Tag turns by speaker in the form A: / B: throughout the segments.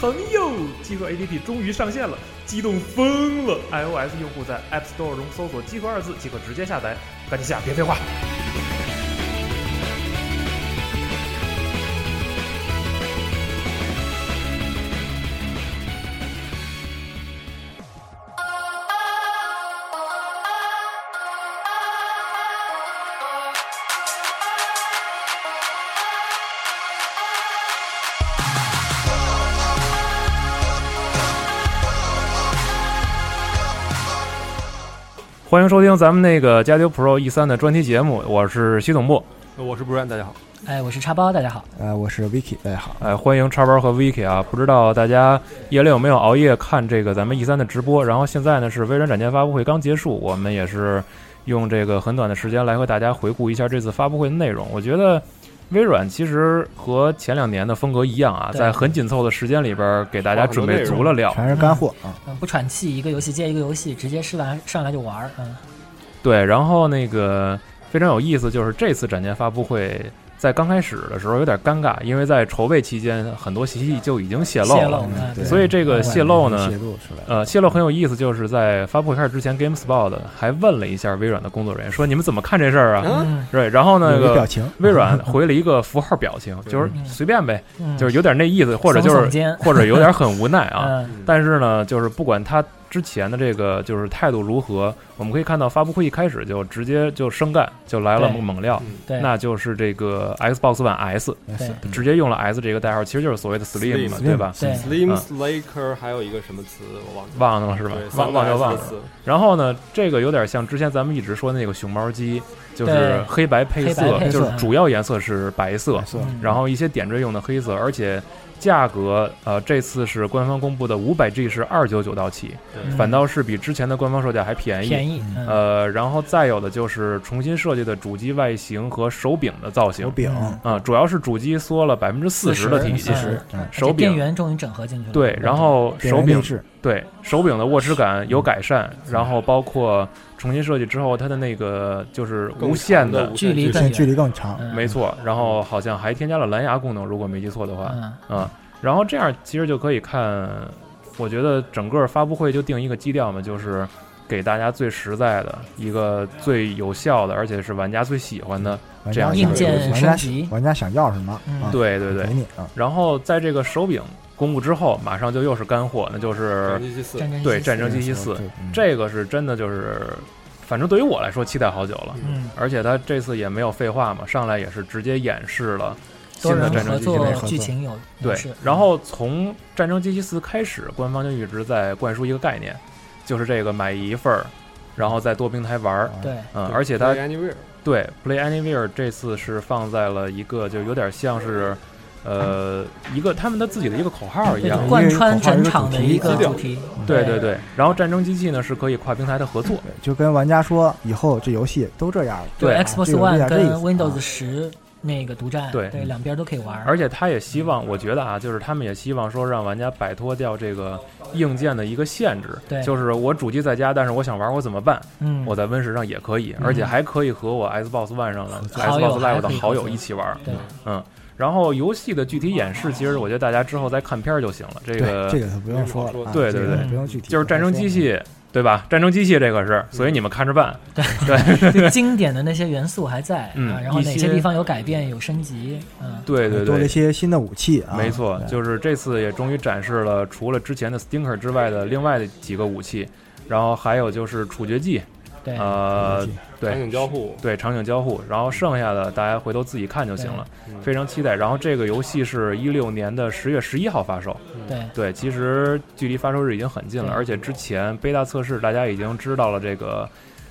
A: 朋友，机核 APP 终于上线了，激动疯了！iOS 用户在 App Store 中搜索“机核”二字即可直接下载，赶紧下，别废话。欢迎收听咱们那个加丢 Pro E 3的专题节目，我是徐总部。
B: 我是 Brian，大家好。
C: 哎，我是叉包，大家好。
D: 呃，我是 Vicky，大家好。
A: 哎，欢迎叉包和 Vicky 啊！不知道大家夜里有没有熬夜看这个咱们 E 3的直播？然后现在呢是微软展前发布会刚结束，我们也是用这个很短的时间来和大家回顾一下这次发布会的内容。我觉得微软其实和前两年的风格一样啊，
C: 对
A: 在很紧凑的时间里边给大家准备足了料。
D: 全是干货啊！
C: 嗯，不喘气，一个游戏接一个游戏，直接试完上来就玩儿。嗯，
A: 对，然后那个非常有意思，就是这次展前发布会在刚开始的时候有点尴尬，因为在筹备期间很多信息就已经泄露
C: 泄
A: 了。
C: 露嗯
D: 对
A: 所以这个泄露呢
D: 泄露出来了，
A: 呃，泄露很有意思，就是在发布会开始之前，GameSpot 的还问了一下微软的工作人员，说你们怎么看这事儿啊？
C: 嗯
A: 对，然后那
D: 有个表
A: 个
D: 情，
A: 微软回了一个符号表情，就是随便呗，
C: 嗯，
A: 就是有点那意思，或者就
C: 耸耸
A: 是
C: 肩
A: 或者有点很无奈啊。
C: 嗯
A: 但是呢，就是不管他之前的这个就是态度如何，我们可以看到发布会一开始就直接就生干，就来了
C: 对
A: 猛料，
B: 嗯
C: 对，
A: 那就是这个 Xbox One S，
C: 对
D: 嗯
A: 直接用了 S 这个代号，其实就是所谓的 Slim 嘛，
B: Slim
A: 对吧？
C: 对
B: Slim
A: 嗯
B: Slaker 还有一个什么词我
C: 嗯
B: 忘记了，
A: 忘了是吧
B: 对？
A: 忘忘就忘了。。
B: 三个 S 的词
A: 然后呢，这个有点像之前咱们一直说那个熊猫机，就是
C: 对
A: 黑白配色，
C: 黑白配
A: 就
C: 色
A: 是主要颜色是白色
D: 没，错，
C: 嗯
A: 然后一些点缀用的黑色，而且价格呃这次是官方公布的五百 G 是二九九刀起，
B: 对
C: 嗯
A: 反倒是比之前的官方售价还便宜。
C: 便宜，
D: 嗯
C: 嗯
A: 呃，然后再有的就是重新设计的主机外形和手柄的造型
D: 手柄
C: 嗯
A: 啊、主要是主机缩了百分之四十的体积
D: 其
C: 40，
D: 实嗯，
C: 而且
A: 手
C: 电
A: 柄
C: 源终于整合进去了。
A: 对，然后
D: 点
A: 手
D: 燃
A: 柄
D: 励志
A: 对手柄的握持感有改善，然后包括重新设计之后，它的那个就是
B: 更
A: 无线
B: 长的
A: 的，
B: 无
C: 距离
B: 线
D: 现
C: 更
D: 在距离更长，
C: 嗯
A: 没错。然后好像还添加了蓝牙功能，如果没记错的话，啊、
C: 嗯，
A: 然后这样其实就可以看，我觉得整个发布会就定一个基调嘛，就是给大家最实在的一个最有效的，而且是玩家最喜欢的。
D: 玩
A: 这
D: 家
A: 样
D: 想
A: 硬件
D: 玩家
C: 升级
D: 玩家想要什么
C: 嗯
D: 啊？
A: 对对对
D: 给。你啊，
A: 然后在这个手柄公布之后，马上就又是干货，那就是
B: 战机器四
C: 战争
A: 对
C: 机
A: 战争
C: 器
A: 机器四
D: 对，嗯
A: 这个是真的就是，反正对于我来说期待好久了。
C: 嗯，
A: 而且他这次也没有废话嘛，上来也是直接演示了
C: 多
A: 新的
C: 人
A: 战
C: 合
A: 争机器内
D: 内
C: 作
A: 核。
D: 核
C: 剧
D: 作
C: 情有
A: 对
C: 有是，
A: 然后从战争机器四开始，官方就一直在灌输一个概念，就是这个买一份儿，然后在多平台玩儿。
D: 啊
C: 哦对
A: 嗯，
B: 对
A: 而且它
B: Play Anywhere
A: 对 Play Anywhere 这次是放在了一个就有点像是，呃，一个他们的自己的一个口号一
C: 对
A: 样。
C: 贯穿整场的一
D: 因
C: 个
D: 为
C: 主题，
A: 对对
C: 对
A: 对，然后战争机器呢是可以跨平台的合作，
D: 对就跟玩家说，以后这游戏都这样了，
A: 对
D: 啊
C: Xbox
D: 这个
C: One
D: 这
C: 跟
D: 个意思
C: Windows
D: 啊
C: 十那个独占，
A: 对
C: 对，两边都可以玩儿。
A: 而且他也希望，我觉得啊，就是他们也希望说让玩家摆脱掉这个硬件的一个限制。
C: 对
A: 就是我主机在家，但是我想玩，我怎么办？
C: 嗯，
A: 我在 Win 十上也可以，
C: 嗯
A: 而且还可以和我 Xbox One 上的
C: 好友
A: Xbox Live 的
C: 还可以
A: 好友
C: 合作
A: 一起玩。
C: 对
A: 然后游戏的具体演示，其实我觉得大家之后再看片儿就行了。这
D: 对
A: 个嗯
D: 这个就不用说
B: 这个
D: 了，啊
A: 对
D: 这
A: 对
D: 个
C: 对
D: 不用具体，
A: 就是战争机
D: 不用说啊嗯
A: 器，对吧？战争机器这个是，所以你们看着办。
C: 就经典的那些元素还在
A: 嗯
C: 啊，然后
A: 一
C: 哪
A: 些
C: 些地方有改变有升级，嗯，
A: 对对
D: 了，多了
A: 对
D: 一，些新的武器啊，
A: 没错，
D: 对
A: 就是这次也终于展示了除了之前的 Stinker 之外的另外的几个武器，然后还有就是处决技，
D: 哎
C: 对，
A: 呃
D: 武器，
B: 场
A: 对
B: 景交互，
A: 对，场景交互，然后剩下的大家回头自己看就行了，
B: 嗯
A: 非常期待。然后这个游戏是一六年的十月十一号发售，
C: 对，
A: 对，其实距离发售日已经很近了，
C: 对
A: 而且之前 beta 测试大家已经知道了这个，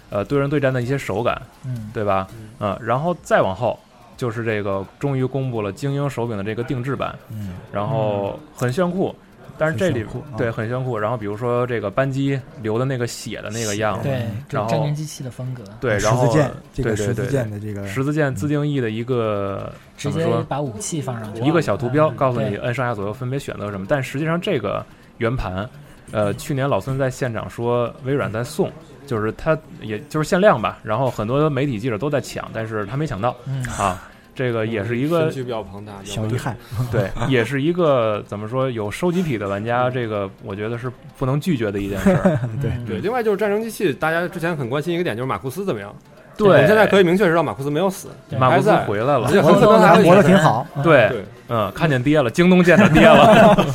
A: 呃，对人对战的一些手感，
C: 嗯，
A: 对吧？嗯，然后再往后。就是这个，终于公布了精英手柄的这个定制版，
D: 嗯，
A: 然后很炫酷，但是这里
D: 很炫酷啊
A: 对很炫酷。然后比如说这个扳机流的那个血的那个样子，
C: 对，就
A: 然后
C: 战争机器的风格，
A: 对，然
D: 嗯十字
A: 后
D: 剑这个
A: 对
D: 十
A: 对
D: 字
A: 对
D: 剑的这个
A: 十字剑自定义的一个
C: 直
A: 怎么
C: 接
A: 说
C: 把武器放上去，
A: 一个小图标，
C: 嗯
A: 告诉你
C: 对
A: 摁上下左右分别选择什么。但实际上这个圆盘，呃，去年老孙在现场说微软在送，就是它也就是限量吧，然后很多媒体记者都在抢，但是他没抢到
C: 嗯，
A: 啊。这个也是一个
B: 身躯比较庞大，
D: 小遗憾。
A: 对，也是一个怎么说有收集癖的玩家，这个我觉得是不能拒绝的一件事 儿。
C: 嗯
D: 对
B: 对，另外就是战争机器，大家之前很关心一个点，就是马库斯怎么样？我
A: 对，
B: 们现在可以明确知道马库斯没有死，
C: 对
A: 马库斯
B: 还在
A: 回来了
B: 而，且
D: 活
B: 横
D: 得
B: 村还
D: 还
B: 是
D: 活得挺好，
A: 对，
B: 对，
A: 嗯，看见爹了，京东见着爹了。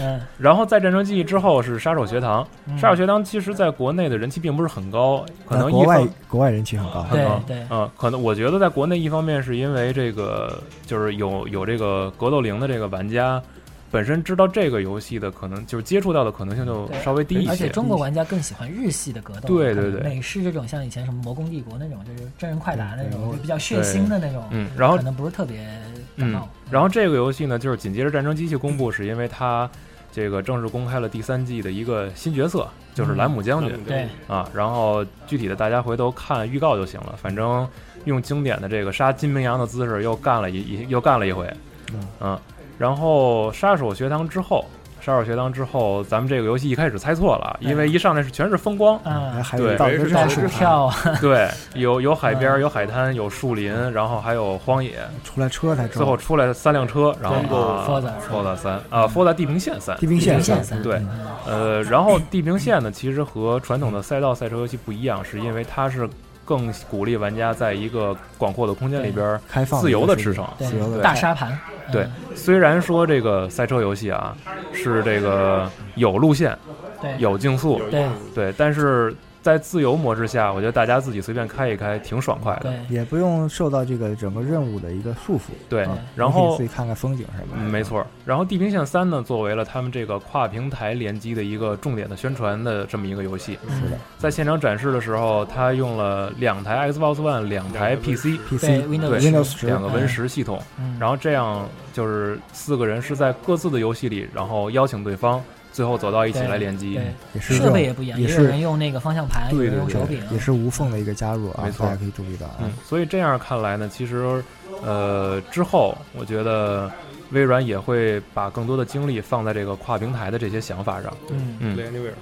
C: 嗯，
A: 然后在《战争记忆》之后是《杀手学堂》，
C: 嗯
A: 《杀手学堂》其实在国内的人气并不是很高，可
D: 那
A: 能
D: 国
A: 一
D: 外
A: 方
D: 国外人气很高。
A: 很高
C: 对对，
A: 嗯，可能我觉得在国内一方面是因为这个就是有有这个格斗零的这个玩家。本身知道这个游戏的可能就是接触到的可能性就
C: 对
A: 稍微低一些，
C: 而且中国玩家更喜欢日系的格斗，
A: 对对对
C: 美式这种像以前什么《魔宫帝国》那种，就是真人快打那
D: 对
C: 种，
D: 我
C: 就比较血腥的那种，
A: 嗯，然后
C: 可能不是特别感
A: 嗯
C: 冒。，
A: 然后这个游戏呢，就是紧接着《战争机器》公布，是因为它这个正式公开了第三季的一个新角色，就是兰嗯姆将军、
C: 对，，
A: 啊。然后具体的大家回头看预告就行了，反正用经典的这个杀金明阳的姿势又干了一一又干了一回
D: 嗯，
A: 嗯。然后《杀手学堂》之后，《杀手学堂》之后，咱们这个游戏一开始猜错了，因为一上来是全是风光
D: 哎
C: 啊，
D: 还有
A: 对
D: 道德
B: 是
D: 之
B: 到
C: 到
B: 处
C: 处
D: 术，
C: 跳啊，
A: 对，有有海边，
C: 嗯
A: 有海滩，有树林，然后还有荒野，
D: 出来车才知
A: 最后
D: 道。
A: 出来三辆车，然后
C: 对
A: 啊
C: Forza
A: Forza 三啊，Forza 地平线三
D: 地，平线
C: 地平线
D: 三
C: 三
A: 对
C: 嗯
A: 呃，然后地平线呢，其实和传统的赛道赛车游戏不一样，是因为它是更鼓励玩家在一个广阔的空间里边儿
D: 开放
A: 自由的
D: 的
A: 驰骋。
D: 自由的
C: 对，大沙盘，
A: 对
C: 嗯，
A: 虽然说这个赛车游戏啊是这个有路线、
C: 对，
A: 有竞速，
C: 对
A: 对，但是在自由模式下，我觉得大家自己随便开一开，挺爽快的。
C: 对，
D: 也不用受到这个整个任务的一个束缚。
A: 对
D: 啊
A: 然
D: 你可以
A: 后
D: 自己看看风景什么的。
A: 嗯，没错儿。然后《地平线三》呢，作为了他们这个跨平台联机的一个重点的宣传的这么一个游戏，
D: 嗯
C: 嗯
D: 是的
A: 在现场展示的时候，它用了两台 Xbox One、两台 PC、
D: ，PC
C: 对 Windows
A: 对
D: Windows 十
A: 两个 Win 十系统，
C: 嗯，
A: 然后这样就是四个人是在各自的游戏里，然后邀请对方，最后走到一起来联机。
C: 对，
D: 也是一
C: 设
D: 个
C: 备也不一样，
D: 也
C: 也
D: 是
C: 有人用那个方向盘，有
A: 对
C: 人用
A: 对
C: 手
A: 对
C: 柄，啊
D: 也是无缝的一个加入啊
A: 没，错
D: 大家可以注意到啊
A: 嗯。，所以这样看来呢，其实，呃，之后我觉得微软也会把更多的精力放在这个跨平台的这些想法上。
C: 嗯，
A: 嗯，
B: Play Anywhere，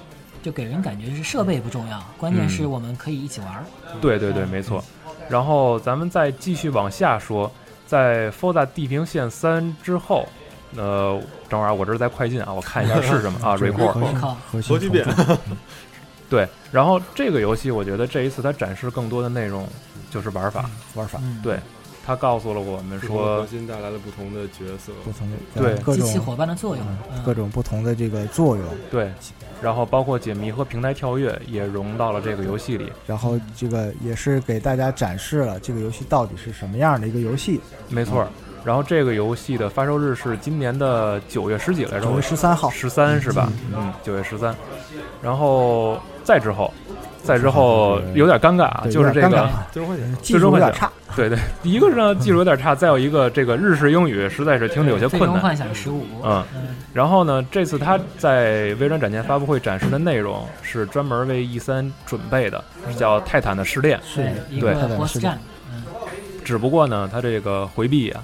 C: 就给人感觉是设备不重要，关键是我们可以一起玩儿。
A: 对对对，没错。然后咱们再继续往下说，在 Forza 地平线三之后，呃，等会儿啊我这是在快进啊，我看一下是什么 啊
D: 这个核
A: ，Record。
D: 心
C: 靠
D: 核心
B: 核聚变
D: 重组
A: 对，然后这个游戏我觉得这一次它展示更多的内容就是玩法，
D: 玩法，
C: 嗯，
A: 对它告诉了我们
B: 不同的
A: 说
B: 核，心带来了不同的角色，
D: 不同的
A: 对
D: 各
C: 机器
D: 种
C: 伙伴的作用
D: 嗯，
C: 嗯
D: 各种不同的这个作用，
A: 对，然后包括解谜和平台跳跃也融到了这个游戏里，
D: 然后这个也是给大家展示了这个游戏到底是什么样的一个游戏。
A: 没错
D: 嗯
A: 儿。然后这个游戏的发售日是今年的九月十几来着，
D: 九月
A: 我
D: 十三号，
A: 十三是吧？嗯，九月十三。然后再之后，再之后有点尴尬啊，
D: 对
A: 就是这
D: 有点尴
A: 个
D: 尬， 啊
B: 最终幻想，
D: 技术有点差，
A: 对 对，一个是呢技术有点差，再有一个这个日式英语实在是听着有些
C: 最
A: 困
C: 终
A: 难。
C: 幻想十五，
A: 嗯，
C: 嗯，
A: 然后呢，这次他在微软展前发布会展示的内容是专门为 E 三准备的，叫《泰坦的试炼》。
C: 对，一
A: 对
C: 个 boss 战，嗯，
A: 只不过呢，他这个回避啊，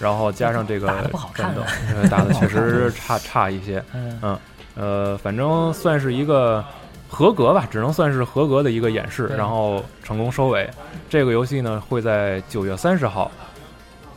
A: 然后加上这个
C: 打得不好看
A: 战斗，呃打的确实差差一些。
C: 嗯，
A: 呃，反正算是一个合格吧，只能算是合格的一个演示，
C: 对
A: 然后成功收尾。这个游戏呢会在九月三十号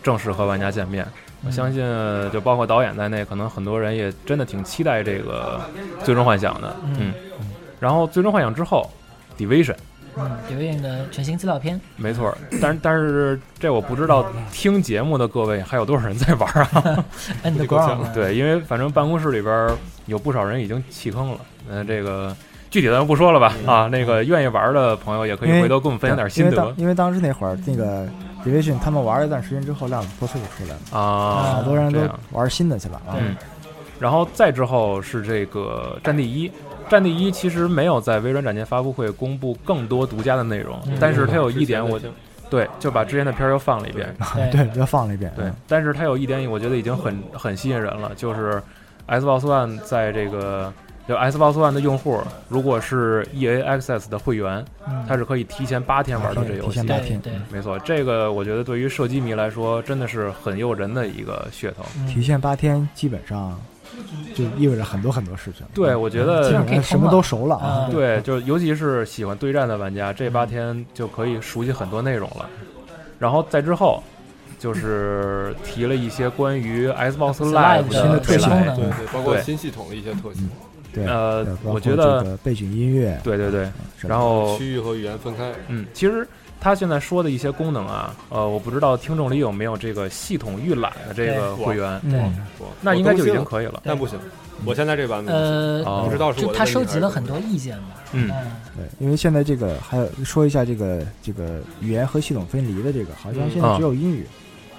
A: 正式和玩家见面。
C: 嗯
A: 我相信，就包括导演在内，可能很多人也真的挺期待这个《最终幻想》的。
C: 嗯
A: 嗯，然后《最终幻想》之后，《Division》
C: 嗯，有一的全新资料 片，
A: 没错儿，但但是这我不知道，听节目的各位还有多少人在玩啊？
C: 嗯
B: 这个像
C: Underground，，
A: 对，因为反正办公室里边儿有不少人已经弃坑了。嗯、这个具体咱就不说了吧。啊，那个愿意玩的朋友也可以
D: 嗯因为
A: 回头跟我们分享点心
D: 因为
A: 得
D: 当因为当时那会儿，那个 Division 他们玩了一段时间之后，量子波特就出来了，
A: 啊，
D: 好多人都
A: 这样
D: 玩新的去了啊。
A: 嗯。然后再之后是这个《战地一》，《战地一》其实没有在微软展前发布会公布更多独家的内容，
C: 嗯
A: 但是它有一点我
B: 之前的
A: 对就把之前的片儿又放了一遍，
C: 对
D: 对，又放了一遍。嗯
A: 对，但是它有一点，我觉得已经很很吸引人了，就是 Xbox One 在这个就 Xbox One 的用户，如果是 EA Access 的会员，
C: 嗯
A: 他是嗯可以提前八天玩到这游戏
D: 提前
A: 的。
D: 八
C: 对
D: 天
C: 对，
A: 没错，这个我觉得对于射击迷来说，真的是很诱人的一个噱头。
C: 嗯
D: 提现八天基本上就意味着很多很多事情。
A: 对，我觉
D: 基
A: 得
C: 基本
D: 本
C: 上可以
D: 上什么都熟了啊。
C: 通
A: 对，
C: 了
A: 就尤其是喜欢对战的玩家，这八天就可以熟悉很多内容了。然后在之后，就是提了一些关于 Xbox
C: Live
A: 的
D: 新的特
A: 未
D: 效
A: 来
D: 呢
B: 对对，包括
A: 对
B: 新系统的一些特性，
D: 对，
A: 呃
D: 包，括
A: 我觉
D: 这
A: 得
D: 个背景音乐，
A: 对对对，
D: 什么
A: 然后
B: 区域和语言分开。
A: 嗯，其实它现在说的一些功能啊，呃，我不知道听众里有没有这个系统预览的这个会员，
C: 对，
B: 我
A: 那应该就已经
B: 以，
A: 可以了。
B: 但不行，我现在这版本不
C: 呃，
B: 行
A: 哦
B: 不知道是我
C: 就
B: 的
C: 他
B: 问题
C: 收
B: 还
C: 集
B: 是
C: 了
B: 怎
C: 很
B: 么
C: 多意见嘛，
A: 嗯，
C: 嗯，
D: 对，因为现在这个还有说一下这个这个语言和系统分离的这个，
A: 嗯
D: 好像现在只有英语，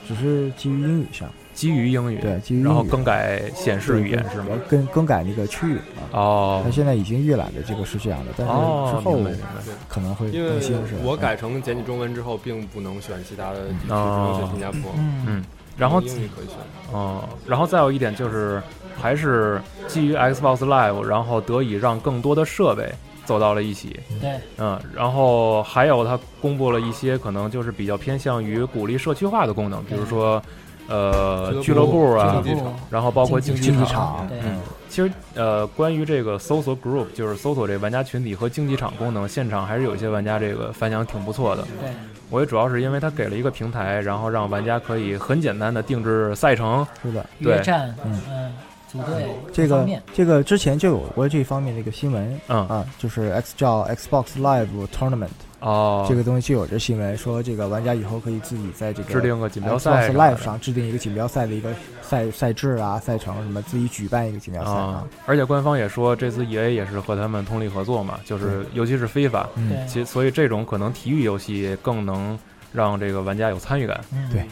D: 只是基于英语上，
A: 基于英语，
D: 对，基于英语，
A: 然后更改显示语言
D: 对
A: 是吗？？
D: 更更改那个区域啊，
A: 哦
D: 它现在已经预览的这个是这样的，但是
A: 哦，
D: 之后
A: 明白明白。
D: 可能会
B: 因为
D: 更新是吧？啊
B: 我改成简体中文之后，并不能选其他的地区，只能
A: 哦
B: 选新加坡。
C: 嗯，
A: 然后
B: 英语可以选，
A: 嗯，然后再有一点就是，还是基于 Xbox Live，然后得以让更多的设备走到了一起。
C: 对，
A: 嗯，然后还有它公布了一些可能就是比较偏向于鼓励社区化的功能，比如说，呃，俱乐部
B: 俱乐
A: 啊
B: 部，
C: 俱乐部
A: 然后包括竞
C: 竞
A: 技
D: 竞技
A: 场。
D: 场
C: 对，
A: 嗯，其实呃，关于这个搜索 group，就是搜索这玩家群体和竞技场功能，现场还是有一些玩家这个反响挺不错的。
C: 对，
A: 我也主要是因为它给了一个平台，然后让玩家可以很简单的定制赛程。
D: 是的，
A: 对
C: 约战，
D: 嗯
C: 嗯，组队
D: 这
C: 方
D: 个
C: 面
D: 这个之前就有过这方面的一个新闻
A: 嗯，
D: 啊，就是 X 叫 Xbox Live Tournament
A: 哦，
D: 这个东西就有这新闻说，这个玩家以后可以自己在这个
A: 制定个锦标
D: Xbox
A: 赛啊什么
D: Live
A: 的
D: 上制定一个锦标赛的一个赛赛制啊、赛程什么，自己举办一个锦标赛
A: 啊
D: 啊。，
A: 而且官方也说，这次 E A 也是和他们通力合作嘛，就是尤其是非法，
D: 嗯
C: 对，
A: 其所以这种可能体育游戏更能让这个玩家有参与感。
C: 嗯，
D: 对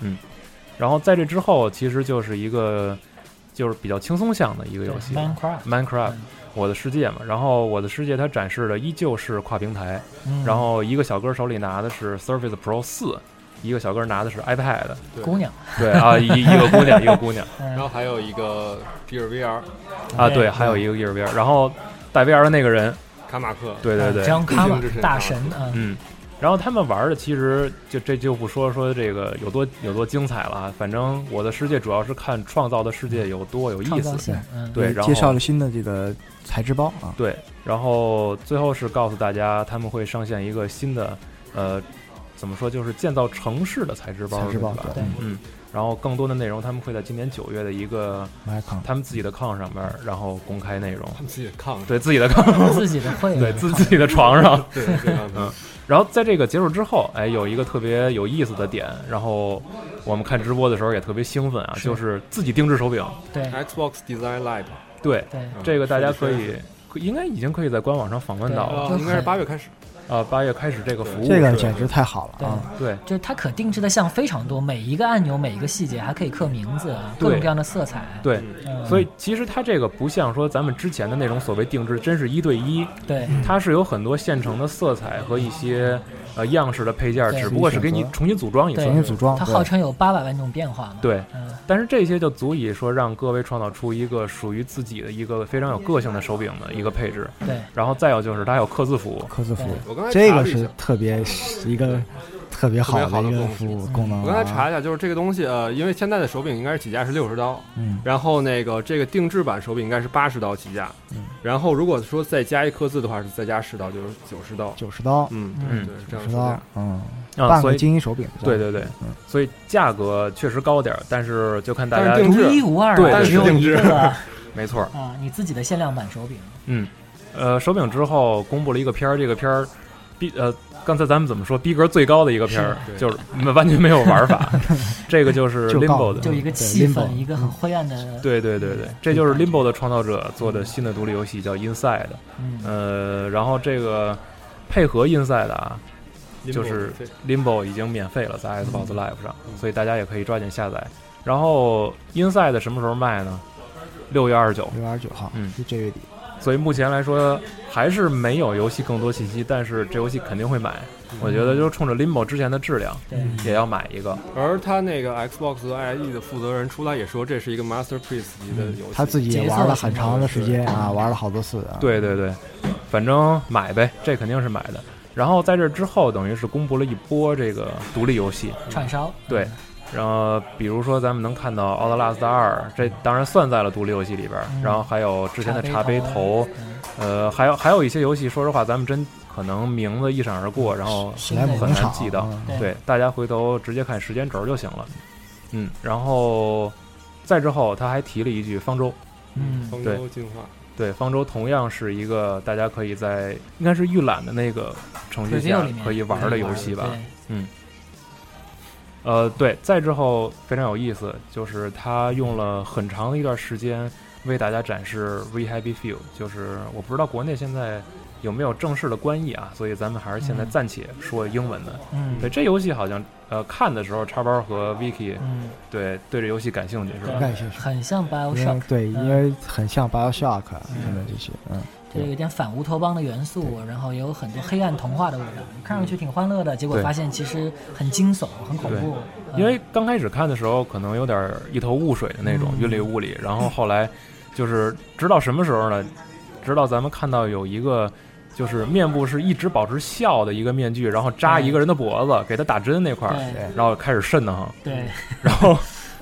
A: 然后在这之后，其实就是一个就是比较轻松向的一个
C: 对
A: 游戏了
C: ，Minecraft，
A: ，Minecraft
C: 嗯
A: 我的世界嘛。然后我的世界它展示的依旧是跨平台，
C: 嗯
A: 然后一个小哥手里拿的是 Surface Pro 四，一个小哥拿的是 iPad，
B: 对
C: 姑娘，
A: 对啊，一一个姑 娘一个姑娘。
C: 嗯
B: 然后还有一个比尔 VR
A: 啊，对，还
C: 嗯
A: 有一个 Gear VR，然后戴 VR 的那个人，
B: 卡马克，
A: 对对对，
C: 嗯张卡
B: 毕
C: 嘛
B: 竟这是，
C: 呃大神，嗯，
A: 嗯，然后他们玩的其实就这就不说说这个有多有多精彩了啊，反正我的世界主要是看创造的世界有多有
C: 创
A: 意
C: 造
A: 思，
C: 性，嗯，
A: 对
D: 也
A: 然后
D: 介绍了新的这个材质包啊，
A: 对，然后最后是告诉大家他们会上线一个新的呃怎么说就是建造城市的材质包，
D: 材质包
A: 对吧？
D: 对
A: 嗯，然后更多的内容他们会在今年九月的一个
D: m i c o n
A: 他们自己的炕上面，然后公开内容
B: 他，们自己抗
A: 对自己的炕，
C: 嗯自己的会，
A: 对自
D: 嗯
A: 自己的床上。
B: 对对抗
A: 嗯然后在这个结束之后，哎，有一个特别有意思的点，然后我们看直播的时候也特别兴奋啊，
C: 是
A: 就是自己定制手柄，
C: 对
B: Xbox Design Lab，
A: 对，
C: 对，
B: 嗯
A: 这个大家可
B: 设计
A: 以。可应该已经可以在官网上访问到了
B: 呃
C: 就
B: 应该是
C: 很
B: 八月开始，
A: 啊，八、月开始这个服务，
D: 这个
B: 是
D: 简直太好了啊！
A: 对
C: 就是它可定制的项非常多，每一个按钮、每一个细节还可以刻名字，啊各
A: 对
C: 种各样的色彩。
A: 对，
B: 嗯
C: 嗯，
A: 所以其实它这个不像说咱们之前的那种所谓定制，真是一对一，
C: 对
A: 它是有很多现成的色彩和一些呃样式的配件，
C: 对
A: 只不过是给你
D: 自己选择
A: 重新组装一
C: 对
A: 次，
D: 重新组装，
C: 它
D: 对
C: 号称有八百万种变化嘛。，
A: 对，
C: 嗯，
A: 但是这些就足以说让各位创造出一个属于自己的一个非常有个性的手柄的一个配置。
C: 对，
A: 然后再有就是它还有刻字服务，
D: 刻字服务，
B: 我刚才
D: 这
B: 查
D: 个
B: 了一
D: 是
B: 下
D: 特别一个特别好的一
B: 特别好的
D: 个
B: 功嗯
D: 服务功能。啊
B: 我
A: 啊
B: 刚才查，一下，就是这个东西，呃，因为现在的手柄应该是起价是六十刀，
D: 嗯，
B: 然后那个这个定制版手柄应该是八十刀起价，
D: 嗯
B: 然后如果说再加一刻字的话，是再加十刀，就是九十刀，
D: 九十刀，
B: 嗯
A: 嗯
B: 对，是这
D: 九
B: 样
D: 十
B: 说
D: 刀
B: 的。，
D: 嗯，
A: 啊，
D: 半
A: 所
D: 个
A: 以
D: 精英手柄，
A: 对对对
D: 嗯，
A: 所以价格确实高点儿，但是就看大
B: 但
A: 家
B: 是定
C: 独
B: 制
C: 一无二
A: 对
C: 啊，
A: 但
C: 只
A: 是
C: 有
B: 定
C: 一
B: 制
C: 个啊，
A: 没错儿，
C: 啊你自己的限量版手柄。
A: 嗯，呃，手柄之后公布了一个片儿，这个片儿逼呃，刚才咱们怎么说逼格最高的一个片儿，
B: 是对
A: 就是完全没有玩法，这个就是
D: 就告
A: Limbo
D: 诉
A: 的
C: 就。一个
D: 对
C: 气氛，
D: Limbo，
C: 一个很灰暗的，
A: 对对对对，这就是 Limbo 的创造者做的新的独立游戏，叫 Inside。
C: 嗯，
A: 呃，然后这个配合 Inside 啊，就是 Limbo 已经免费了，在 Xbox Live 上，
B: 嗯
A: 所以大家也可以抓紧下载。然后 Inside 什么时候卖呢？六月二十九。
D: 六月二十九号，
A: 嗯
D: 就这月底。
A: 所以目前来说还是没有游戏更多信息，但是这游戏肯定会买。我觉得就冲着 Limbo 之前的质量，
C: 对，
A: 也要买一个。
B: 而他那个 Xbox IE 的负责人出来也说，这是一个 masterpiece 级的游戏，
D: 嗯他自己也
C: 节奏
D: 玩了
C: 什
D: 很
C: 么的
D: 长的时间
C: 对
D: 啊，玩了好多次啊。，
A: 对对对，反正买呗，这肯定是买的。然后在这之后，等于是公布了一波这个独立游戏，
C: 串烧，
A: 嗯对然后比如说咱们能看到《奥特拉斯二》，这当然算在了独立游戏里边儿。
C: 嗯
A: 然后还有之前的茶
C: 茶
A: 杯
C: 杯
A: 头，
C: 嗯，
A: 呃，还有还有一些游戏，说实话，咱们真可能名字一闪而过，然后
D: 史莱姆
A: 很
D: 农
A: 难
D: 场
A: 记到
D: 嗯
C: 对
A: 对，大家回头直接看时间轴就行了。嗯，然后再之后他还提了一句方舟，
C: 嗯
B: 方
A: 对
B: 舟进化，
A: 对，方舟同样是一个大家可以在应该是预览的那个程序
C: Review
A: 下
C: 里面
A: 可以玩的游戏吧，
C: 对，
A: 呃，对，再之后非常有意思，就是他用了很长的一段时间为大家展示 We Happy Few，就是我不知道国内现在有没有正式的官译啊，所以咱们还是现在
C: 嗯
A: 暂且说英文的。
C: 嗯
A: 对，这游戏好像呃看的时候，叉包和 Vicky
C: 嗯，
A: 对对这游戏感兴趣是
D: 不
A: 吧？
D: 感兴趣。
C: 很像
D: 因
C: BioShock，
D: 为对，
C: 嗯
D: 因为很像 BioShock
C: 嗯
D: 等等这些，嗯，
C: 这有点反乌托邦的元素，然后也有很多黑暗童话的味道，看上去挺欢乐的，结果
A: 嗯对
C: 发现其实很惊悚、很恐怖。嗯
A: 因为刚开始看的时候可能有点一头雾水的那种，
C: 嗯
A: 云里雾里，然后后来就是直到什么时候呢？直到咱们看到有一个。就是面部是一直保持笑的一个面具，然后扎一个人的脖子，给他打针那块儿，
C: 对
A: 然后开始瘆得慌，
C: 对
A: 然后，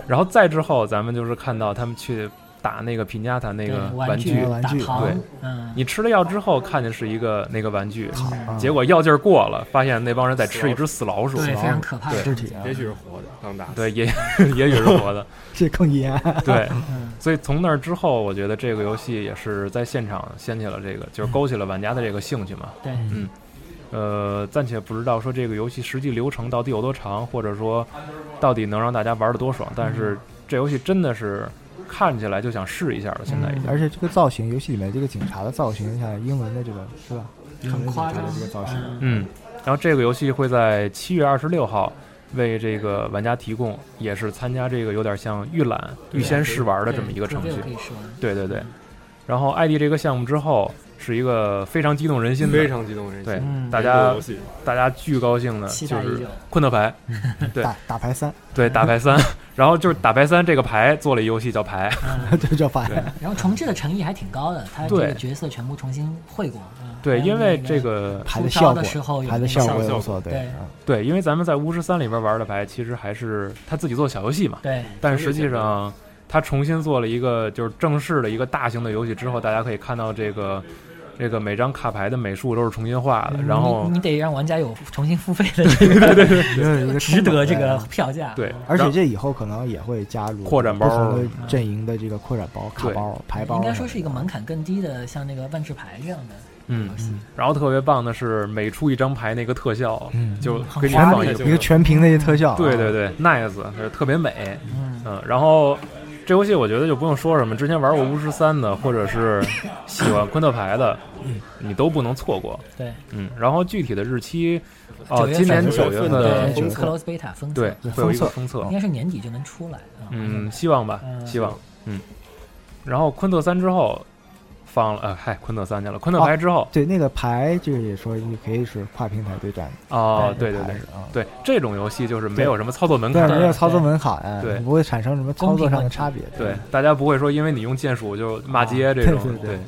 A: 然后再之后，咱们就是看到他们去打那个皮尼亚塔那
C: 对
A: 个，
C: 玩
A: 具，
D: 玩
C: 打
D: 具
A: 对
C: 糖，嗯，
A: 你吃了药之后看见是一个那个玩具，
D: 啊
A: 结果药劲儿过了，发现那帮人在吃一只死老鼠，
C: 对，非常可怕。
D: 肢体啊
B: 也，许是活着当打死，
A: 对，也 也许是活的，
D: 这更严。
A: 对，
C: 嗯
A: 所以从那儿之后，我觉得这个游戏也是在现场掀起了这个，
C: 嗯
A: 就是勾起了玩家的这个兴趣嘛。
C: 对，
A: 呃，暂且不知道说这个游戏实际流程到底有多长，或者说到底能让大家玩的多爽，但
C: 嗯
A: 是这游戏真的是看起来就想试一下了，现在已经。
D: 而且这个造型，游戏里面这个警察的造型，像英文的这个是吧？英文
C: 很
D: 警
C: 夸
D: 察
C: 张
D: 的这个造。型，
C: 嗯
A: 嗯，然后这个游戏会在七月二十六号为这个玩家提供，也是参加这个有点像预览、预先试玩的这么一个程序嗯
C: 对这。可以说
A: 对对对。然后 ID 这个项目之后是一个非常激动人心
B: 非
A: 的，
B: 常激动人心
A: 对。
C: 嗯
A: 大家
B: 游戏
A: 大家巨高兴的，
C: 期
A: 就
C: 待已
A: 是
C: 久。
A: 昆特牌，对
D: 打打牌 三，
A: 对打牌三，然后就是打牌三这个牌做了一游戏叫牌，
C: 嗯
D: 这叫牌。
C: 然后重置的诚意还挺高的，他这
A: 对
C: 个角色全部重新绘过。嗯
A: 对，
C: 还有
A: 因为
C: 那
A: 这个
D: 牌
C: 出
D: 的
C: 招
D: 效
C: 的
D: 果
C: 时候，有
D: 牌
C: 那
D: 的
C: 个
D: 效
C: 效
D: 果
C: 果
D: 有所对
C: 对
D: 啊
A: 对，因为咱们在巫师三里边玩的牌，其实还是他自己做小游戏嘛，
C: 对，
A: 但实际上，他重新做了一个就是正式的一个大型的游戏之后，大家可以看到这个这个每张卡牌的美术都是重新画
D: 呃
A: 的，
C: 嗯
A: 然后
C: 你你得让玩家有重新付费的 这个
D: 也有一个
C: 值
D: 成
C: 得
D: 本
C: 这个
D: 在。
C: 票价。
A: 对， 然
D: 而且
A: 后
D: 这以后可能也会加入
A: 扩展包
D: 不同的阵营的这个扩展包、卡
A: 对
D: 包、牌包。啊
C: 应该说是一个门槛更低的，像那个万智牌这样的游
A: 嗯，
C: 戏。
A: 然后特别棒的是每出一张牌那个特效
D: 嗯
A: 就
C: 很
A: 给你
D: 全
A: 放一
B: 就
A: 个，
B: 是
D: 一个全屏的一个特效啊。
A: 对对对，nice，就是特别美，
C: 嗯，
A: 嗯，然后。这游戏我觉得就不用说什么，之前玩过巫师三的，或者是喜欢昆特牌的，你都不能错过。
C: 对，
A: 嗯，然后具体的日期，哦，
C: 9月份
A: 今年
D: 9
A: 九
D: 月
A: 月
D: 份
A: 份
D: 的
A: 的
D: 封测
C: close beta 封测
A: 对，会有一个封测
C: 应，该是年底就能出来。啊
A: 嗯，，希望吧，
C: 嗯
A: 希望，嗯。然后昆特三之后放了，呃，嗨，昆特三去了，昆特牌之后，
D: 对，那个牌就是也说你可以是跨平台对战。
A: 哦，
D: 这
A: 对
D: 个
A: 对
D: 牌
A: 对
D: 是啊。
A: 对，这种游戏就是没有什么操作门
D: 对，啊
A: 槛，
D: 没有操作门槛，
A: 对
D: 不会产生什么操作上的差别。
A: 对，大家不会说因为你用键鼠就骂街这
D: 啊对
A: 种，
D: 对对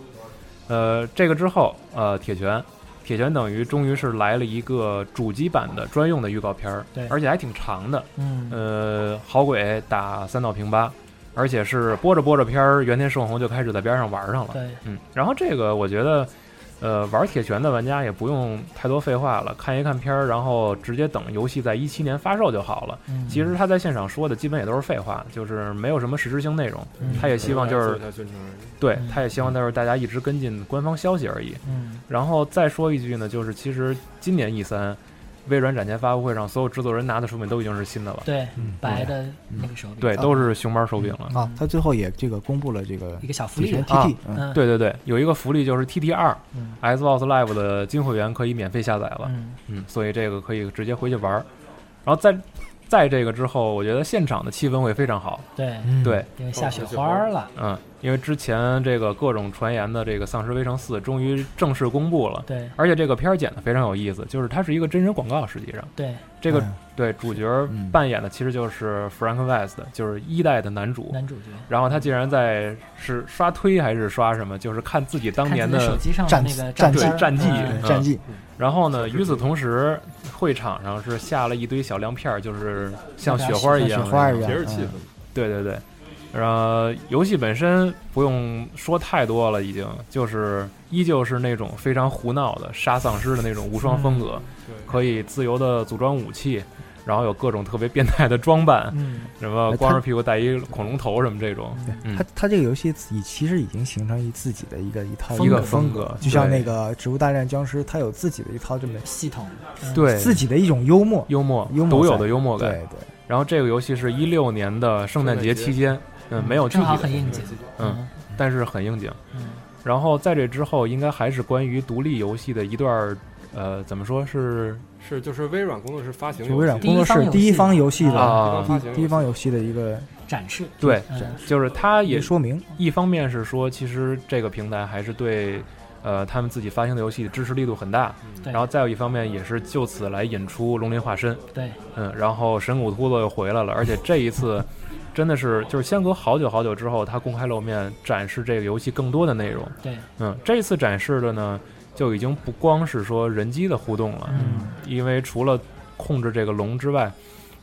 A: 呃，这个之后，呃，铁拳。铁拳等于终于是来了一个主机版的专用的预告片儿
C: 对，
A: 而且还挺长的。
C: 嗯，
A: 呃，好鬼打三道平八，而且是播着播着片儿，原田圣宏就开始在边上玩上了。
C: 对，
A: 嗯，然后这个我觉得，呃，玩铁拳的玩家也不用太多废话了，看一看片儿，然后直接等游戏在一七年发售就好了。
C: 嗯
A: 其实他在现场说的基本也都是废话，就是没有什么实质性内容。
C: 嗯
A: 他也希望就是
B: 他宣传而已
A: 对
C: 嗯，
A: 他也希望就是大家一直跟进官方消息而已。
C: 嗯
A: 然后再说一句呢，就是其实今年 E 三微软展前发布会上，所有制作人拿的手柄都已经是新的了，
C: 对
D: 嗯，
C: 白的那个手柄，
A: 对，都是熊猫手柄了。
D: 啊，他最后也这个公布了这个
C: 一个小福
D: 铁拳
C: 利吧。
A: 啊
D: TT，嗯，
C: 嗯，
A: 对对对，有一个福利就是 TT 二
C: 嗯
A: Xbox Live 的金会员可以免费下载了。
C: 嗯
A: 嗯，所以这个可以直接回去玩儿。然后在在这个之后，我觉得现场的气氛会非常好。
C: 对，
D: 嗯
A: 哦对，
C: 因为下雪花了，
A: 嗯，因为之前这个各种传言的这个《丧尸围城四》终于正式公布了，
C: 对
A: 而且这个片儿剪得非常有意思，就是它是一个真人广告，实际上
C: 对，
A: 这个、
D: 嗯
A: 对主角
D: 嗯
A: 扮演的其实就是 Frank West，就是一代的男主。
C: 男主角。
A: 然后他竟然在是刷推还是刷什么，就是看自己当
C: 看
A: 年
C: 自己手
A: 的。
C: 机上的
D: 战
C: 那个
D: 战
C: 机
A: 对战绩
C: 嗯
A: 嗯
D: 对战绩
A: 然后呢，与此同时，会场上是下了一堆小亮片儿，就是像雪花一样
D: 像
A: 的
D: 雪花
A: 那种
D: 一样
B: 节日气氛，
D: 嗯
A: 对对对，然后游戏本身不用说太多了，已经就是依旧是那种
D: 嗯
A: 非常胡闹的杀丧尸的那种无双风格，
B: 对，
A: 可以自由的组装武器，然后有各种特别变态的装扮，
C: 嗯，
A: 什么光着屁股戴一恐龙头什么这种， 嗯
D: 它它这个游戏自己其实已经形成一自己的一个一套
A: 一个
D: 风
A: 风格
D: 就像
A: 对
D: 那个《植物大战僵尸》，它有自己的一套这么
C: 系统，嗯，
A: 对，
D: 自己的一种幽默，
A: 幽默
D: 幽默
A: 独有
D: 在
A: 的幽默
D: 对
A: 感。
D: 对。
A: 然后这个游戏是一六年的圣诞节期间，嗯，没有具
C: 正
A: 体
C: 好
A: 的
C: 很
A: 时间，
C: 应景，
A: 嗯，但是很应景。
C: 嗯，
A: 然后在这之后，应该还是关于独立游戏的一段儿，呃，怎么说是
B: 是就是微软工作室发行游戏，
D: 就微软工作室
C: 第
D: 第
C: 一
D: 一
C: 方
D: 方
C: 游
D: 游
C: 戏
D: 戏
C: 嘛
D: 的
B: 啊
A: 啊，
B: 发
D: 第
B: 行
D: 第一方游戏的一个
C: 展示，
A: 对
C: 嗯
D: 展示
A: 就是它
D: 一
A: 也
D: 个说明，
A: 一方面是说，其实这个平台还是对，呃，他们自己发行的游戏支持力度很大。
B: 嗯
C: 对
A: 然后再有一方面也是就此来引出《龙鳞化身》，
C: 对，
A: 嗯，然后神谷秃子又回来了，而且这一次真的是就是相隔好久好久之后，他公开露面展示这个游戏更多的内容。
C: 对，
A: 嗯，这一次展示的呢，就已经不光是说人机的互动了，
C: 嗯，
A: 因为除了控制这个龙之外，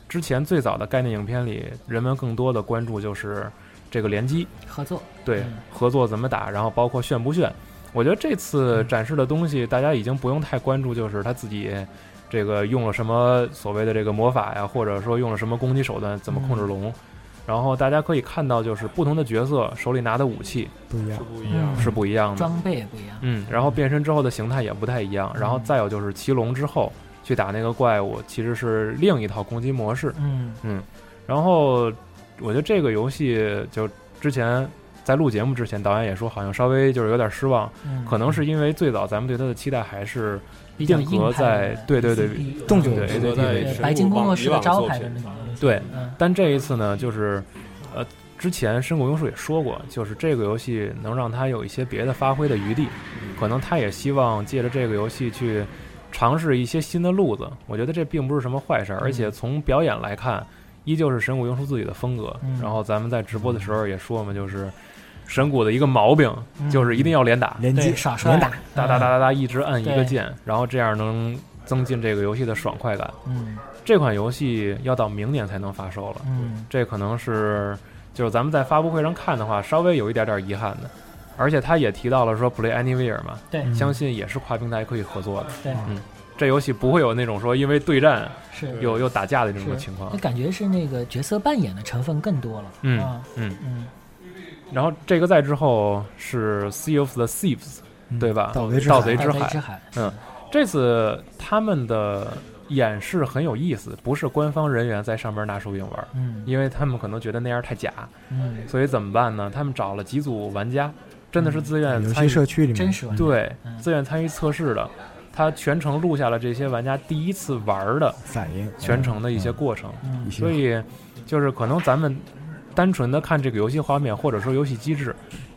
A: 之前最早的概念影片里，人们更多的关注就是这个联机，
C: 合作，
A: 对
C: 嗯
A: 合作怎么打，然后包括炫不炫。我觉得这次展示的东西，大家已经不用太关注，就是他自己这个用了什么所谓的这个魔法呀，或者说用了什么攻击手段，怎么控制龙。然后大家可以看到，就是不同的角色手里拿的武器
D: 不一样
B: 是。不一样。
A: 是不一样的。
C: 装备也不一样，
A: 嗯，然后变身之后的形态也不太一样。然后再有就是骑龙之后去打那个怪物，其实是另一套攻击模式。
C: 嗯，
A: 然后我觉得这个游戏就之前在录节目之前，导演也说好像稍微就是有点失望，
C: 嗯
A: 可能是因为最早咱们对它的期待还是
C: 比较
A: 硬
C: 硬
A: 核
C: 派
A: 在
C: 的
A: 对对对
C: PCP
D: 动作
A: 对
B: 对
A: A
B: 对
A: D
B: 对
A: T
C: 对
B: 神
C: 白金
B: 谷
C: 工作
B: 往
C: 室
B: 以
C: 的
B: 往
C: 招
B: 作
C: 牌的
B: 品
C: 那种东西，
A: 对
C: 嗯，
A: 但这一次呢，就是呃，之前深谷勇树也说过，就是这个游戏能让他有一些别的发挥的余地，可能他也希望借着这个游戏去尝试一些新的路子。我觉得这并不是什么坏事儿，而
C: 嗯
A: 且从表演来看，依旧是神谷勇树自己的风格。
C: 嗯
A: 然后咱们在直播的时候也说嘛，就是神谷的一个毛病
C: 嗯
A: 就是一定要连打，
D: 联机
C: 对，耍帅嗯
D: 连打，
A: 哒哒哒，哒哒一直按一
C: 对
A: 个键，然后这样能增进这个游戏的爽快感。
C: 嗯
A: 这款游戏要到明年才能发售了。
C: 嗯，
A: 这可能是就是咱们在发布会上看的话，稍微有一点点遗憾的。而且他也提到了说 Play Anywhere 嘛，
C: 对
D: 嗯
A: 相信也是跨平台可以合作的。
C: 对
A: 这游戏不会有那种说因为对战
C: 是，
A: 又又打架的这种
C: 是
A: 情况
C: 就。感觉是那个角色扮演的成分更多了，
A: 嗯
C: 啊
A: 嗯，
C: 嗯，
A: 然后这个再之后是 Sea of the Thieves，
D: 嗯
A: 对吧？
D: 盗贼之
A: 盗
D: 海
A: 贼之海
C: 之海，
A: 嗯，这次他们的演示很有意思，不是官方人员在上边拿手柄玩，
C: 嗯
A: 因为他们可能觉得那样太假，
C: 嗯，
A: 所以怎么办呢？他们找了几组玩家，真的是自愿
D: 嗯游
A: 参
D: 戏
A: 与
D: 社区里
C: 真
D: 面，
C: 实玩，
A: 对
C: 嗯，
A: 自愿参与测试的，他全程录下了这些玩家第一次玩的
D: 反应
A: 全程的一些过程，
C: 嗯
D: 一
A: 所
D: 些
A: 以就是可能咱们单纯的看这个游戏画面或者说游戏机制，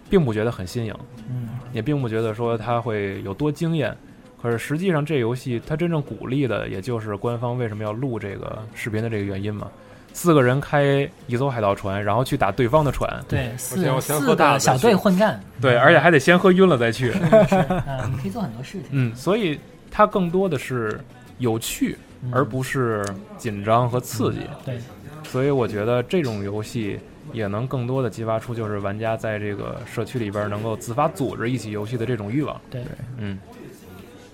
A: 并不觉得很新颖，
C: 嗯
A: 也并不觉得说它会有多惊艳。可是实际上，这游戏它真正鼓励的，也就是官方为什么要录这个视频的这个原因嘛。四个人开一艘海盗船，然后去打对方的船，
C: 对，四
B: 我先喝
C: 四
B: 大
C: 个
B: 的
C: 小
B: 再去
C: 队混战，
A: 对，而且还得先喝晕了再 去。
C: 啊，你可以做很多事情，
A: 嗯，所以它更多的是有趣，嗯而不是紧张和刺激。
C: 嗯对，
A: 嗯所以我觉得这种游戏也能更多的激发出就是玩家在这个社区里边能够自发组织一起游戏的这种欲望。
C: 对，
A: 嗯。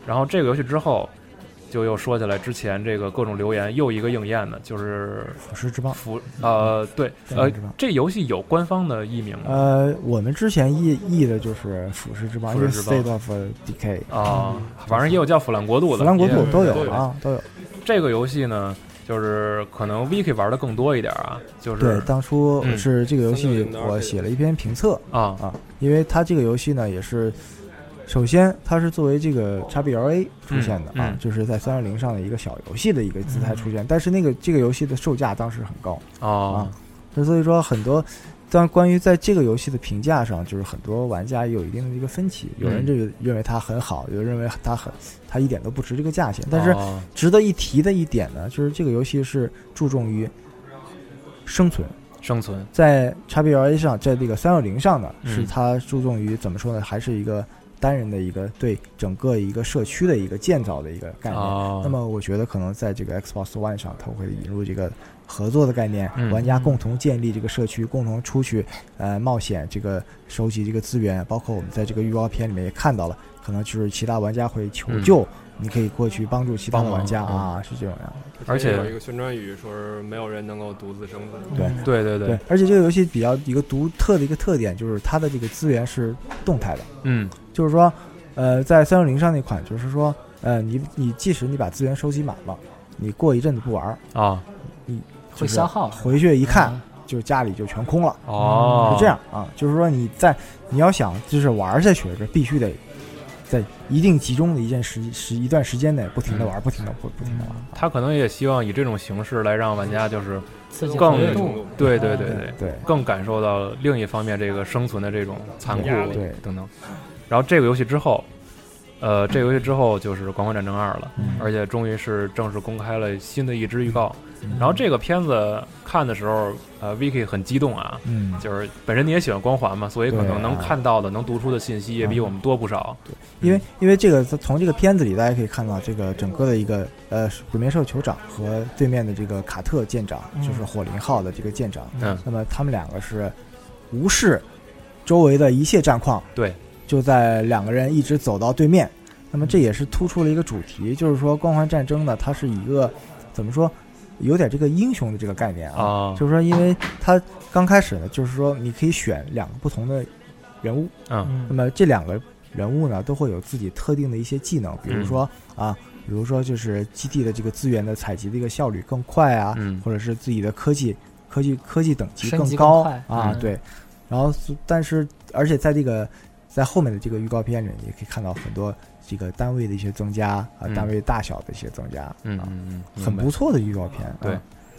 A: 然后这个游戏之后，就又说起来之前这个各种留言又一个应验的，就是
D: 腐蚀之棒。
A: 服呃对呃
D: 对知道
A: 这游戏有官方的译名吗
D: 呃，我们之前译译的就是《腐蚀之棒》，
A: 腐
D: 因为
A: 蚀之棒
D: State of Decay，
A: 啊，反正也有叫腐烂国度的，
D: 弗兰国
A: 也
D: 度都
B: 都有
D: 有啊，都有。
A: 这个游戏呢，就是可能 Vicky 玩的更多一点啊，就是
D: 对，当初
A: 嗯
D: 是这个游戏
B: 360的
D: 我
B: RPG
D: 写了一篇评测
A: 啊，
D: 啊，因为它这个游戏呢也是，首先它是作为这个 XBLA 出现的啊
A: 嗯，嗯嗯
D: 就是在三六零上的一个小游戏的一个姿态出现，但是那个这个游戏的售价当时很高。
A: 哦，
D: 那所以说很多，但关于在这个游戏的评价上，就是很多玩家也有一定的一个分歧，有人
A: 嗯
D: 这个认为它很好，有人认为它很它一点都不值这个价钱。但是
A: 哦
D: 值得一提的一点呢，就是这个游戏是注重于生存，
A: 生存，
D: 在 XBLA 上，在这个三六零上呢，
A: 嗯
D: 是它注重于怎么说呢，还是一个单人的一个对整个一个社区的一个建造的一个概念。
A: 哦，
D: 那么我觉得可能在这个 Xbox One 上，它会引入这个合作的概念，
A: 嗯
D: 玩家共同建立这个社区，共同出去呃冒险，这个收集这个资源，包括我们在这个预告片里面也看到了，可能就是其他玩家会求
A: 嗯
D: 救，你可以过去帮助其他
A: 帮
D: 的
A: 忙
D: 玩家
A: 嗯
D: 啊，是这种样的。
A: 而且
B: 有一个宣传语说是没有人能够独自生存。
D: 对
C: 嗯
A: 对对对，，
D: 而且这个游戏比较一个独特的一个特点就是它的这个资源是动态的。
A: 嗯
D: 就是说，呃，在三六零上那款，就是说，呃，你你即使你把资源收集满了，你过一阵子不玩儿，
A: 啊
D: 就是
C: 会消耗。嗯
D: 回去一
C: 一
D: 看，就家里就全空了，
A: 哦，
D: 是这样啊。就是说你在你要想就是玩儿下去，这必须得在一定集中的一件时时一段时间内不停的玩
A: 嗯
D: 儿，不停的不不停的玩儿。
A: 他可能也希望以这种形式来让玩家就是
C: 刺激
A: 更
C: 活跃
B: 度
C: 度，
A: 对对对对
D: 对，对，
A: 更感受到另一方面这个生存的这种残酷
B: 压力
D: 对
A: 等等。然后这个游戏之后，呃，这个游戏之后就是《广阔战争二》了，
D: 嗯
A: 而且终于是正式公开了新的一支预告。
D: 嗯
A: 然后这个片子看的时候，呃，Vicky 很激动啊，
D: 嗯，
A: 就是本身你也喜欢光环嘛，所以可
D: 对
A: 能能
D: 啊
A: 看到的、能读出的信息也比
D: 嗯
A: 我们多不少。
D: 因为因为这个从这个片子里大家可以看到，这个整个的一个呃鬼面兽酋长和对面的这个卡特舰长，
C: 嗯
D: 就是火灵号的这个舰长，
A: 嗯
D: 那么他们两个是无视周围的一切战况，
A: 对，
D: 就在两个人一直走到对面。那么这也是突出了一个主题，就是说光环战争呢，它是一个怎么说，有点这个英雄的这个概念啊，
A: 啊，
D: 就是说因为它刚开始呢，就是说你可以选两个不同的人物，那
C: 嗯，
D: 么这两个人物呢，都会有自己特定的一些技能，比如说、啊，比如说就是基地的这个资源的采集的一个效率更快啊，
A: 嗯
D: 或者是自己的科技科技科技等级
C: 升级
D: 高
C: 更快
D: 啊，
C: 嗯
D: 对。然后是，但是而且在这个在后面的这个预告片里，也可以看到很多这个单位的一些增加啊，
A: 嗯
D: 单位大小的一些增加，
A: 嗯
D: 啊，
A: 嗯嗯，
D: 很
A: 明白
D: 不错的预告片。啊
A: 对，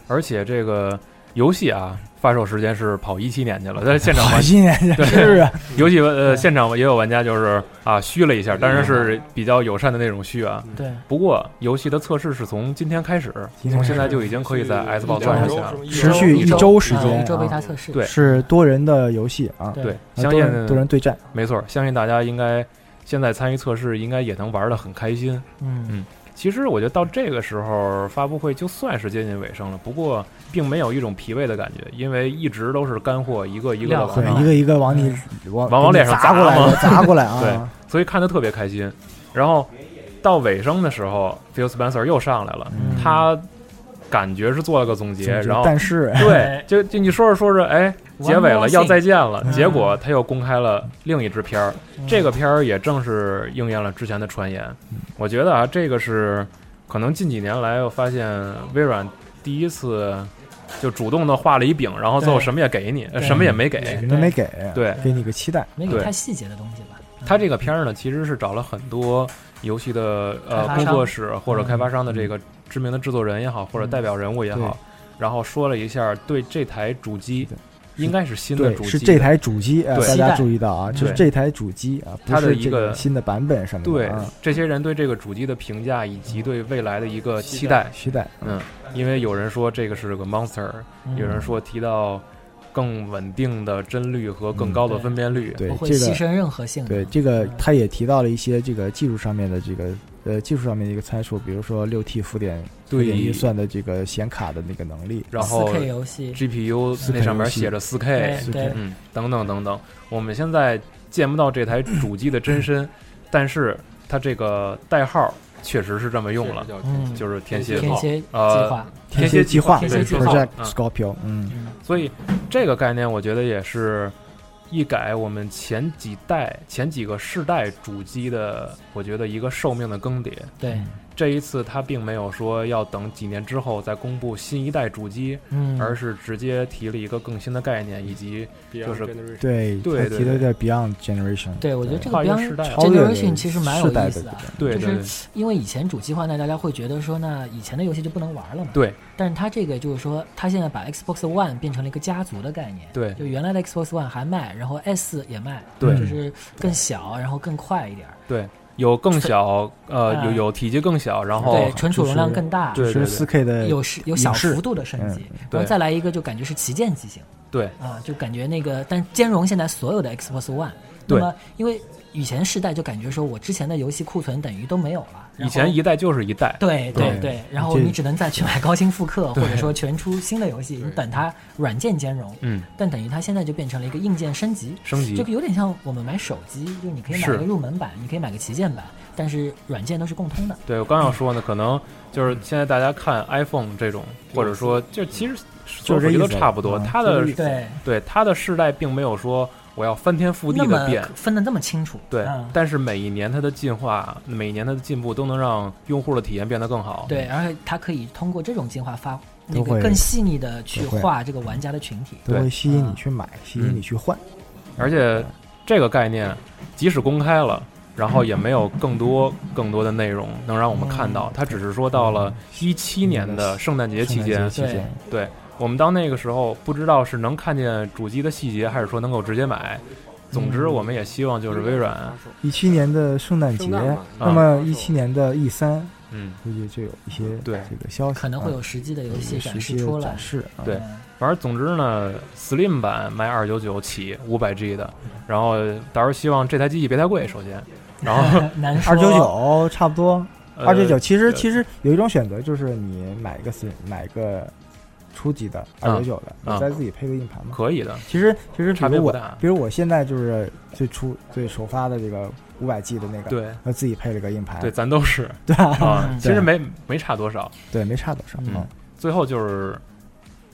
A: 而且这个游戏啊，发售时间是跑一七年去了，但 是现场
D: 好
A: 玩
D: 新鲜，
A: 对
D: 是啊，
A: 游戏呃
C: 对
A: 现场也有玩家就是啊虚了一下，当然是比较友善的那种虚啊。
C: 对，
A: 不过游戏的测试是从今天开始，
D: 今天
A: 从
D: 开始
A: 现在就已经可以在 Xbox
D: 两
A: 上
D: 周
A: 下。
D: 持续一周时
C: 啊
D: 间
C: 一周
D: 啊
C: 贝塔测试，
A: 对
D: 是多人的游戏啊，
A: 对，
D: 啊
A: 相
D: 多人多
A: 信
D: 人对战，
A: 没错，相信大家应该现在参与测试，应该也能玩得很开心。
C: 嗯，
A: 其实我觉得到这个时候，发布会就算是接近尾声了，不过并没有一种疲惫的感觉，因为一直都是干货一个一个的
C: 料
A: 往
D: 对
A: 上，
D: 一个一个往你往
A: 嗯往往脸上
D: 砸过来
A: 砸
D: 的，砸过来
A: 对
D: 啊！
A: 所以看得特别开心。然后到尾声的时候，Phil Spencer 又上来了，
D: 嗯
A: 他感觉是做了个总
D: 总
A: 结，
D: 之
A: 然后
D: 但是
A: 对，就就你说着说着，哎，结尾
C: One more
A: 了，
C: thing
A: 要再见了，
D: 嗯
A: 结果他又公开了另一支片儿，
C: 嗯
A: 这个片儿也正是应验了之前的传言。我觉得啊，这个是可能近几年来，我发现微软第一次就主动的画了一饼，然后最后
C: 对
A: 什么也给你，呃
C: 对
A: 什么也没
D: 对
A: 给
D: 什。么没给，
A: 对
D: 给你个期待，
C: 没
A: 对
C: 有太细节的东西吧？嗯
A: 他这个片儿呢，其实是找了很多游戏的呃
C: 开发商
A: 工作室或者开发商的这个知名的制作人也好，或者代表人物也好，然后说了一下对这台主机
D: 对。
A: 应该是新的
D: 对
A: 主，机
D: 是
A: 的
D: 这台主机，呃
A: 对
D: 大
C: 期
D: 家
C: 待
D: 注意到啊，
C: 嗯
D: 就是
A: 对
D: 这台主机啊，不
A: 它的
D: 是
A: 一
D: 这
A: 个
D: 个新的版本什么的，
A: 对
D: 啊
A: 这些人对这个主机的评价以及对未来的一个期待，
D: 期待，
A: 嗯，因为有人说这个是个 monster，
C: 嗯
A: 有人说提到更稳定的帧率和更高的分辨率，
D: 对
C: 不会
D: 这
C: 牺
D: 个，
C: 牲任何性能，
D: 对这个，他也提到了一些这个技术上面的这个呃技术上面的一个参数，比如说六 T 浮点浮
A: 对
D: 点运算的这个显卡的那个能力，
A: 然后
C: 4K 游戏，
A: GPU
D: 4K
A: 那上面写着4 K，
C: 对
D: 是
C: 对，
A: 嗯，等等等等，我们现在见不到这台主机的真身，但是它这个代号确实是这么用了，
C: 嗯，
A: 就是天蝎
B: 是
A: 号
C: 天，蝎计
A: 呃
C: 划，
A: 天
D: 蝎
A: 蝎
D: 计
A: 计
D: 划
A: 划
C: 天蝎计划
D: Project
A: 嗯
D: Scorpio，嗯，
C: 嗯
A: 所以这个概念，我觉得也是一改我们前几代、前几个世代主机的，我觉得一个寿命的更迭。
C: 对，
A: 这一次，它并没有说要等几年之后再公布新一代主机，
C: 嗯，
A: 而是直接提了一个更新的概念，以及就是
D: 对，
A: 对
D: 他
A: 对
D: 提到
A: 对
D: 叫 Beyond Generation，
C: 对我觉得这个
A: 跨越
C: Beyond
A: 世代
D: 超越
C: Generation 其实蛮有
D: 世代
C: 意
D: 的
C: 思的啊，
A: 对
C: 就
A: 对对
C: 是因为以前主机化，那大家会觉得说，那以前的游戏就不能玩了嘛。
A: 对。
C: 但是它这个就是说，它现在把 Xbox One 变成了一个家族的概念。
A: 对
C: 就原来的 Xbox One 还卖，然后 S 也卖，
A: 对
C: 就是更小，然后更快一点儿，
A: 对，有更小，呃，
C: 啊
A: 有有体积更小，然后
C: 对，存储容量更大，
A: 哦对嗯
D: 十四 K 的
C: 有是有小幅度的升级，
A: 对
C: 然后再来一个就感觉是旗舰机型
A: 对
C: 啊，就感觉那个，但兼容现在所有的 Xbox One
A: 对
C: 那么因为以前世代就感觉说我之前的游戏库存等于都没有了，然
A: 以
C: 后
A: 前一代就是一代，
C: 对对
D: 对
C: 对，然后
D: 这
C: 你只能再去买高清复刻，或
A: 对
C: 者说全出新的游戏，你
B: 对
C: 等它软件兼容。
A: 嗯，
C: 但等于它现在就变成了一个硬件升级，
A: 升级
C: 这个有点像我们买手机，就你可以买
A: 是
C: 一个入门版，你可以买个旗舰版，但是软件都是共通的。
A: 对我刚要说呢，可能就是现在大家看 iPhone 这种，或者说就其实所有
D: 就这
A: 手
D: 意
A: 机
D: 思
A: 都差不多，
C: 啊
D: 嗯
A: 它
D: 就
A: 的
D: 这意思
C: 对，
A: 对它的世代并没有说我要翻天覆地
C: 那
A: 的
C: 么
A: 变，
C: 分的那么清楚，
A: 对
C: 嗯，
A: 但是每一年它的进化，每一年它的进步都能让用户的体验变得更好。
C: 对，而且它可以通过这种进化发那
D: 都
C: 个
D: 会
C: 更细腻的去
D: 都会
C: 画这个玩家的群体。
D: 都
A: 对嗯
D: 会吸引你去买，吸引你去换。
A: 而且这个概念即使公开了，然后也没有更多更多的内容能让我们看到，它只是说到了一七年的圣诞节期
D: 圣诞
A: 间，
D: 节期间，
A: 我们到那个时候不知道是能看见主机的细节，还是说能够直接买。总之，我们也希望就是微软，
D: 一七年的圣诞节，
B: 圣诞嘛
D: 那
B: 啊
D: 么一七年的 E 三
A: 嗯，
D: 估计就有一些
A: 对
D: 这个消息，
C: 可能会有
D: 啊
C: 实际的游
D: 有
C: 戏
D: 一些
C: 展示出来
D: 展。示啊，
A: 对
C: 嗯
A: 反正总之呢，Slim 版卖二九九起，五百 G 的，然后到时候希望这台机器别太贵，首先，然 后
C: 难说。
D: 二九，九差不多，
A: 呃
D: 二九九。其实
A: 对
D: 其实有一种选择，就是你买一个 C 买一个初级的
A: 嗯
D: 二九九的，
A: 嗯
D: 你再自己配个硬盘嘛。
A: 可以的，
D: 其实其实比
A: 差别
D: 如
A: 不
D: 我
A: 大
D: 比如我现在就是最初最首发的这个五百 G 的那个，，
A: 对
D: 我自己配了个硬盘，
A: 对，咱都是
D: 对吧？
A: 啊，其实
D: 对
A: 没没差多少。
D: 对，没差多少。
A: 嗯最后就是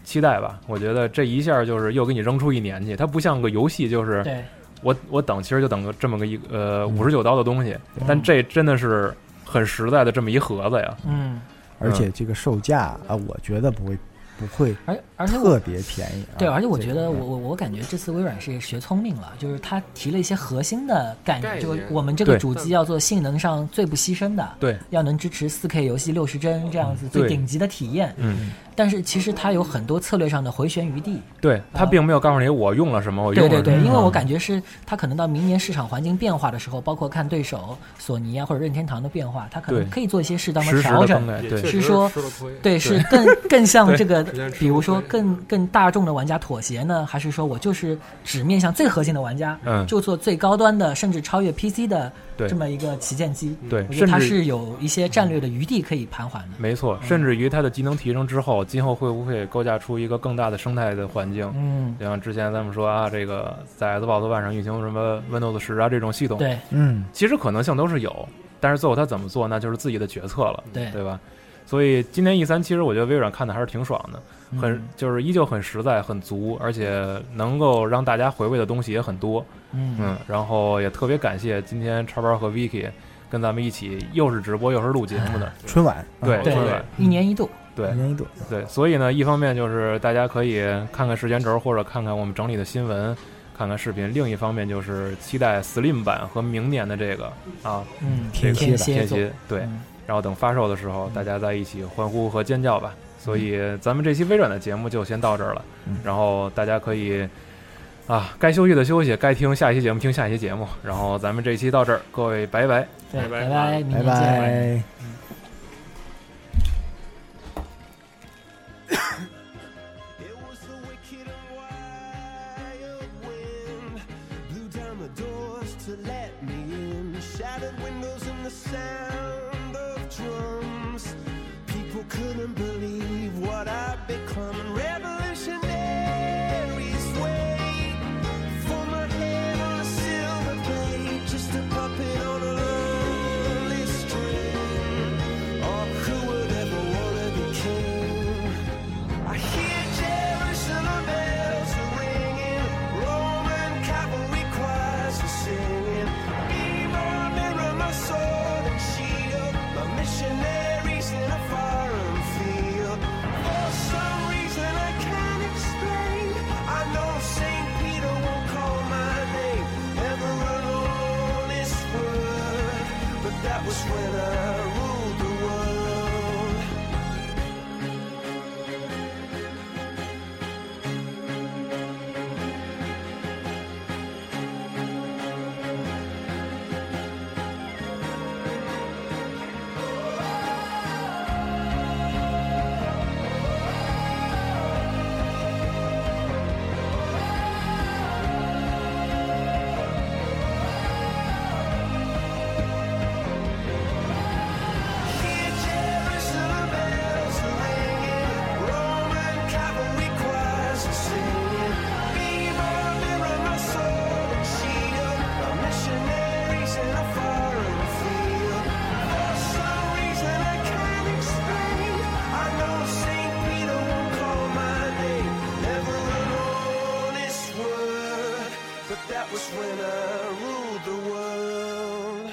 A: 期待吧，我觉得这一下就是又给你扔出一年去，它不像个游戏，就是
C: 对，
A: 我我等其实就等个这么个一呃
D: 嗯
A: 五十九刀的东西，
D: 对
A: 但这真的是很实在的这么一盒子呀。
C: 嗯，
D: 而且这个售价啊，我觉得不会不会
C: 而而且我
D: 特别便宜啊。
C: 对，而且我
D: 这
C: 觉
D: 个
C: 得
D: 嗯
C: 我我我感觉这次微软是学聪明了，就是他提了一些核心的概念，
B: 概
C: 就
B: 念
C: 我们这个
A: 对
C: 主机要做性能上最不牺牲的，
A: 对，
C: 要能支持 4K 游戏六十帧这样子最
A: 嗯对
C: 顶级的体验。
A: 嗯，
C: 但是其实它有很多策略上的回旋余地。
A: 对，它并没有告诉你我用了什么，我用
C: 对
A: 了
C: 对对，
A: 什么
C: 因为我感觉是它可能到明年市场环境变化的时候，包括看对手索尼啊或者任天堂的变化，它可能
A: 对
C: 可以做一些适当
A: 实
C: 的
A: 时
C: 调
A: 的更
C: 整。
A: 改，
B: 也
A: 哎对
B: 确
C: 是
B: 实
C: 说
B: 吃了亏，
C: 对，是更更像这个
B: 之前，吃
C: 比如
B: 过
C: 说
B: 亏
C: 更更大众的玩家妥协呢，还是说我就是只面向最核心的玩家，
A: 嗯
C: 就做最高端的，甚至超越 PC 的
A: 对
C: 这么一个旗舰机？
A: 对，
C: 我觉
A: 甚
C: 得它
A: 至
C: 是嗯有一些战略的余地可以盘桓的。
A: 没错，甚至于它的技能提升之后，今后会不会构架出一个更大的生态的环境？
C: 嗯，
A: 就像之前咱们说啊，这个在 Xbox One 上运行什么 Windows 十啊这种系统，
C: 对
D: 嗯，
A: 其实可能性都是有，但是最后他怎么做，那就是自己的决策了，
C: 对，
A: 对吧？所以今年 E 三，其实我觉得微软看的还是挺爽的，
C: 嗯
A: 很就是依旧很实在、很足，而且能够让大家回味的东西也很多。
C: 嗯
A: 嗯，然后也特别感谢今天叉包和 Vicky 跟咱们一起又是直播又是录节目的，
D: 春晚啊
A: 对
B: 嗯
C: 对
A: 对
C: 一年一度，
A: 对
D: 一年一度，
A: 对，所以呢，一方面就是大家可以看看时间轴，或者看看我们整理的新闻，看看视频；另一方面就是期待 Slim 版和明年的这个啊
C: 嗯，
D: 天蝎
C: 天
D: 的
C: 蝎座，
A: 蝎对，
C: 嗯
A: 然后等发售的时候，大家在一起欢呼和尖叫吧。所以咱们这期微软的节目就先到这儿了
D: 嗯，
A: 然后大家可以啊，该休息的休息，该听下一期节目听下一期节目，然后咱们这期到这儿，各位拜拜。
C: 对，
B: 拜
C: 拜
B: 拜
C: 拜，明
D: 拜
C: 年见。
D: 拜。
E: It was a wicked and wild wind. Blew down the doors to let me in. Shattered windows and the sound of drums. People couldn't believe what I'd become. Revolutionaries wait for my head on a silver plate. Just a puppet on a lonely string. Oh, who would ever wanna be king? I hear Jerusalem bells are ringing, Roman cavalry choirs are singing. Be my mirror, my sword and shield, my missionaries in a foreign field. For some reason I can't explain, I know Saint Peter won't call my name. Never an honest word, but that was when I ruled the world. That was when I ruled the world.